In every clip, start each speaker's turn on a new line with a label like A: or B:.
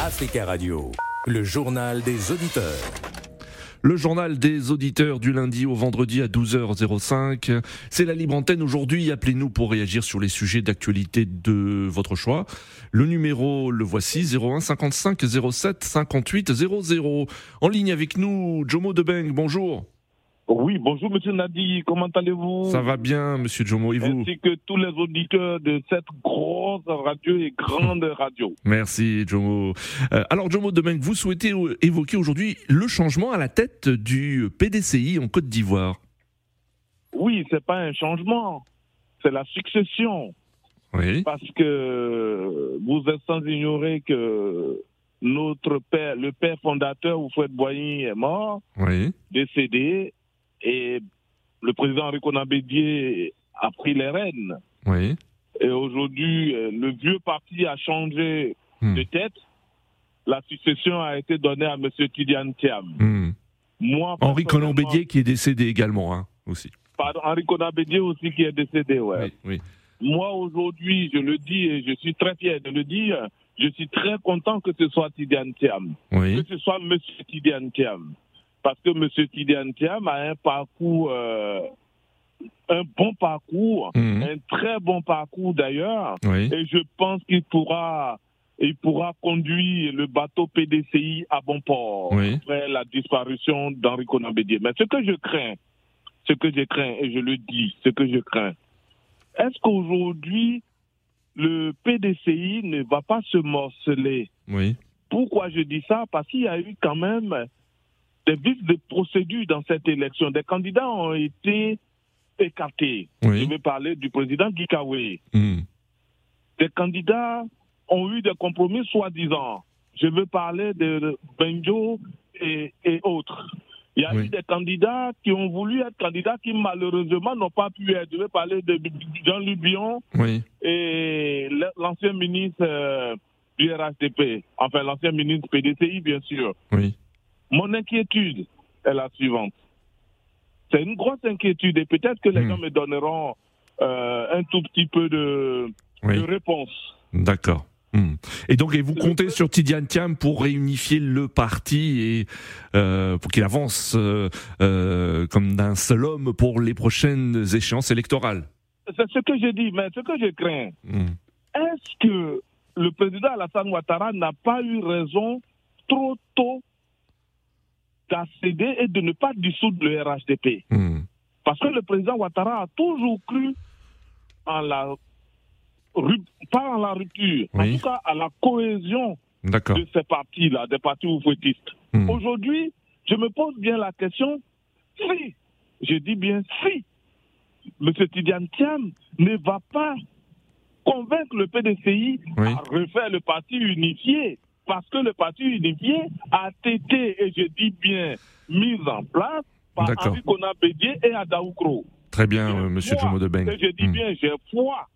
A: Africa Radio, le journal des auditeurs.
B: Le journal des auditeurs du lundi au vendredi à 12h05. C'est la libre antenne aujourd'hui. Appelez-nous pour réagir sur les sujets d'actualité de votre choix. Le numéro, le voici, 01 55 07 58 00. En ligne avec nous, Jomo Debeng, bonjour.
C: Oui, bonjour Monsieur Nadi, comment allez-vous
B: Ça va bien, Monsieur Jomo, et vous
C: Ainsi que tous les auditeurs de cette grosse radio et grande radio.
B: Merci, Jomo. Euh, alors, Jomo Debeng, vous souhaitez euh, évoquer aujourd'hui le changement à la tête du PDCI en Côte d'Ivoire.
C: Oui, c'est pas un changement, c'est la succession.
B: Oui.
C: Parce que vous êtes sans ignorer que notre père, le père fondateur, Oufouette Boigny, est mort,
B: Oui.
C: décédé, et le président Henri Conan Bédier a pris les rênes.
B: Oui.
C: Et aujourd'hui, euh, le vieux parti a changé
B: Hmm.
C: de tête. La succession a été donnée à M. Tidiane Thiam.
B: Hmm.
C: Moi,
B: Henri
C: personnellement-
B: Colambédier qui est décédé également, hein, aussi.
C: Pardon, Henri Conabédier aussi qui est décédé, ouais.
B: Oui,
C: Moi, aujourd'hui, je le dis et je suis très fier de le dire, je suis très content que ce soit Tidiane Thiam.
B: oui,
C: Que ce soit M. Tidiane Thiam. Parce que M. Tidiane Thiam a un parcours, euh, un bon parcours,
B: Mhm.
C: un très bon parcours d'ailleurs.
B: oui,
C: Et je pense qu'il pourra, il pourra conduire le bateau PDCI à bon port
B: oui,
C: après la disparition d'Henri Conan Bédier. Mais ce que je crains, ce que je crains, et je le dis, ce que je crains, est-ce qu'aujourd'hui, le PDCI ne va pas se morceler
B: oui,
C: Pourquoi je dis ça Parce qu'il y a eu quand même des vices de procédure dans cette élection. Des candidats ont été écartés. Je
B: oui.
C: vais parler du président Guikawé
B: Hmm.
C: des candidats ont eu des compromis soi-disant. Je veux parler de Benjo et, et autres. Il y a
B: Oui.
C: eu des candidats qui ont voulu être candidats qui malheureusement n'ont pas pu être. Je veux parler de Jean-Luc Bion
B: Oui,
C: et l'ancien ministre euh, du RHDP, enfin l'ancien ministre PDCI bien sûr.
B: oui,
C: Mon inquiétude est la suivante. C'est une grosse inquiétude et peut-être que les
B: Hmm.
C: gens me donneront euh, un tout petit peu de,
B: oui.
C: de réponse.
B: D'accord. Hmm. Et donc, et vous comptez sur Tidiane Thiam pour réunifier le parti et euh, pour qu'il avance euh, euh, comme d'un seul homme pour les prochaines échéances électorales.
C: C'est ce que je dis, mais ce que je crains,
B: Hmm.
C: est-ce que le président Alassane Ouattara n'a pas eu raison trop tôt d'accéder et de ne pas dissoudre le RHDP
B: Hmm.
C: Parce que le président Ouattara a toujours cru en la rup- pas en la rupture,
B: Oui.
C: en tout cas à la cohésion
B: D'accord.
C: de ces partis-là, des partis ouvritistes.
B: Hmm.
C: Aujourd'hui, je me pose bien la question si, je dis bien si, M. Tidiane Thiam ne va pas convaincre le PDCI
B: Oui.
C: à refaire le parti unifié, parce que le parti unifié a été, et je dis bien, mis en place par
B: D'accord.
C: Henri Conan Bédier et Adaoukro.
B: Très bien, euh, Monsieur
C: Moi,
B: Jomo de Beng.
C: Et je dis
B: Hmm.
C: bien, j'ai foi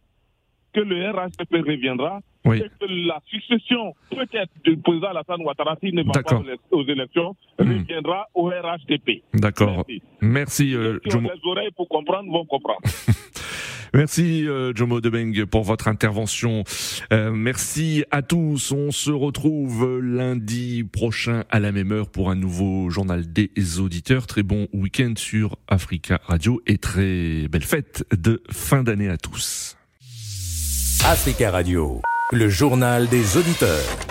C: que le RHDP reviendra
B: Oui.
C: et que la succession, peut-être, du président Alassane Ouattara, s'il ne va pas
B: D'accord.
C: aux élec- aux élections,
B: Mm.
C: reviendra au RHDP.
B: D'accord.
C: Merci.
B: Merci, euh,
C: Ceux qui ont
B: Jomo.
C: les oreilles pour comprendre vont comprendre.
B: Merci euh, Jomo Debeng pour votre intervention. Euh, merci à tous. On se retrouve lundi prochain à la même heure pour un nouveau journal des auditeurs. Très bon week-end sur Africa Radio et très belle fête de fin d'année à tous.
A: Africa Radio, le journal des auditeurs.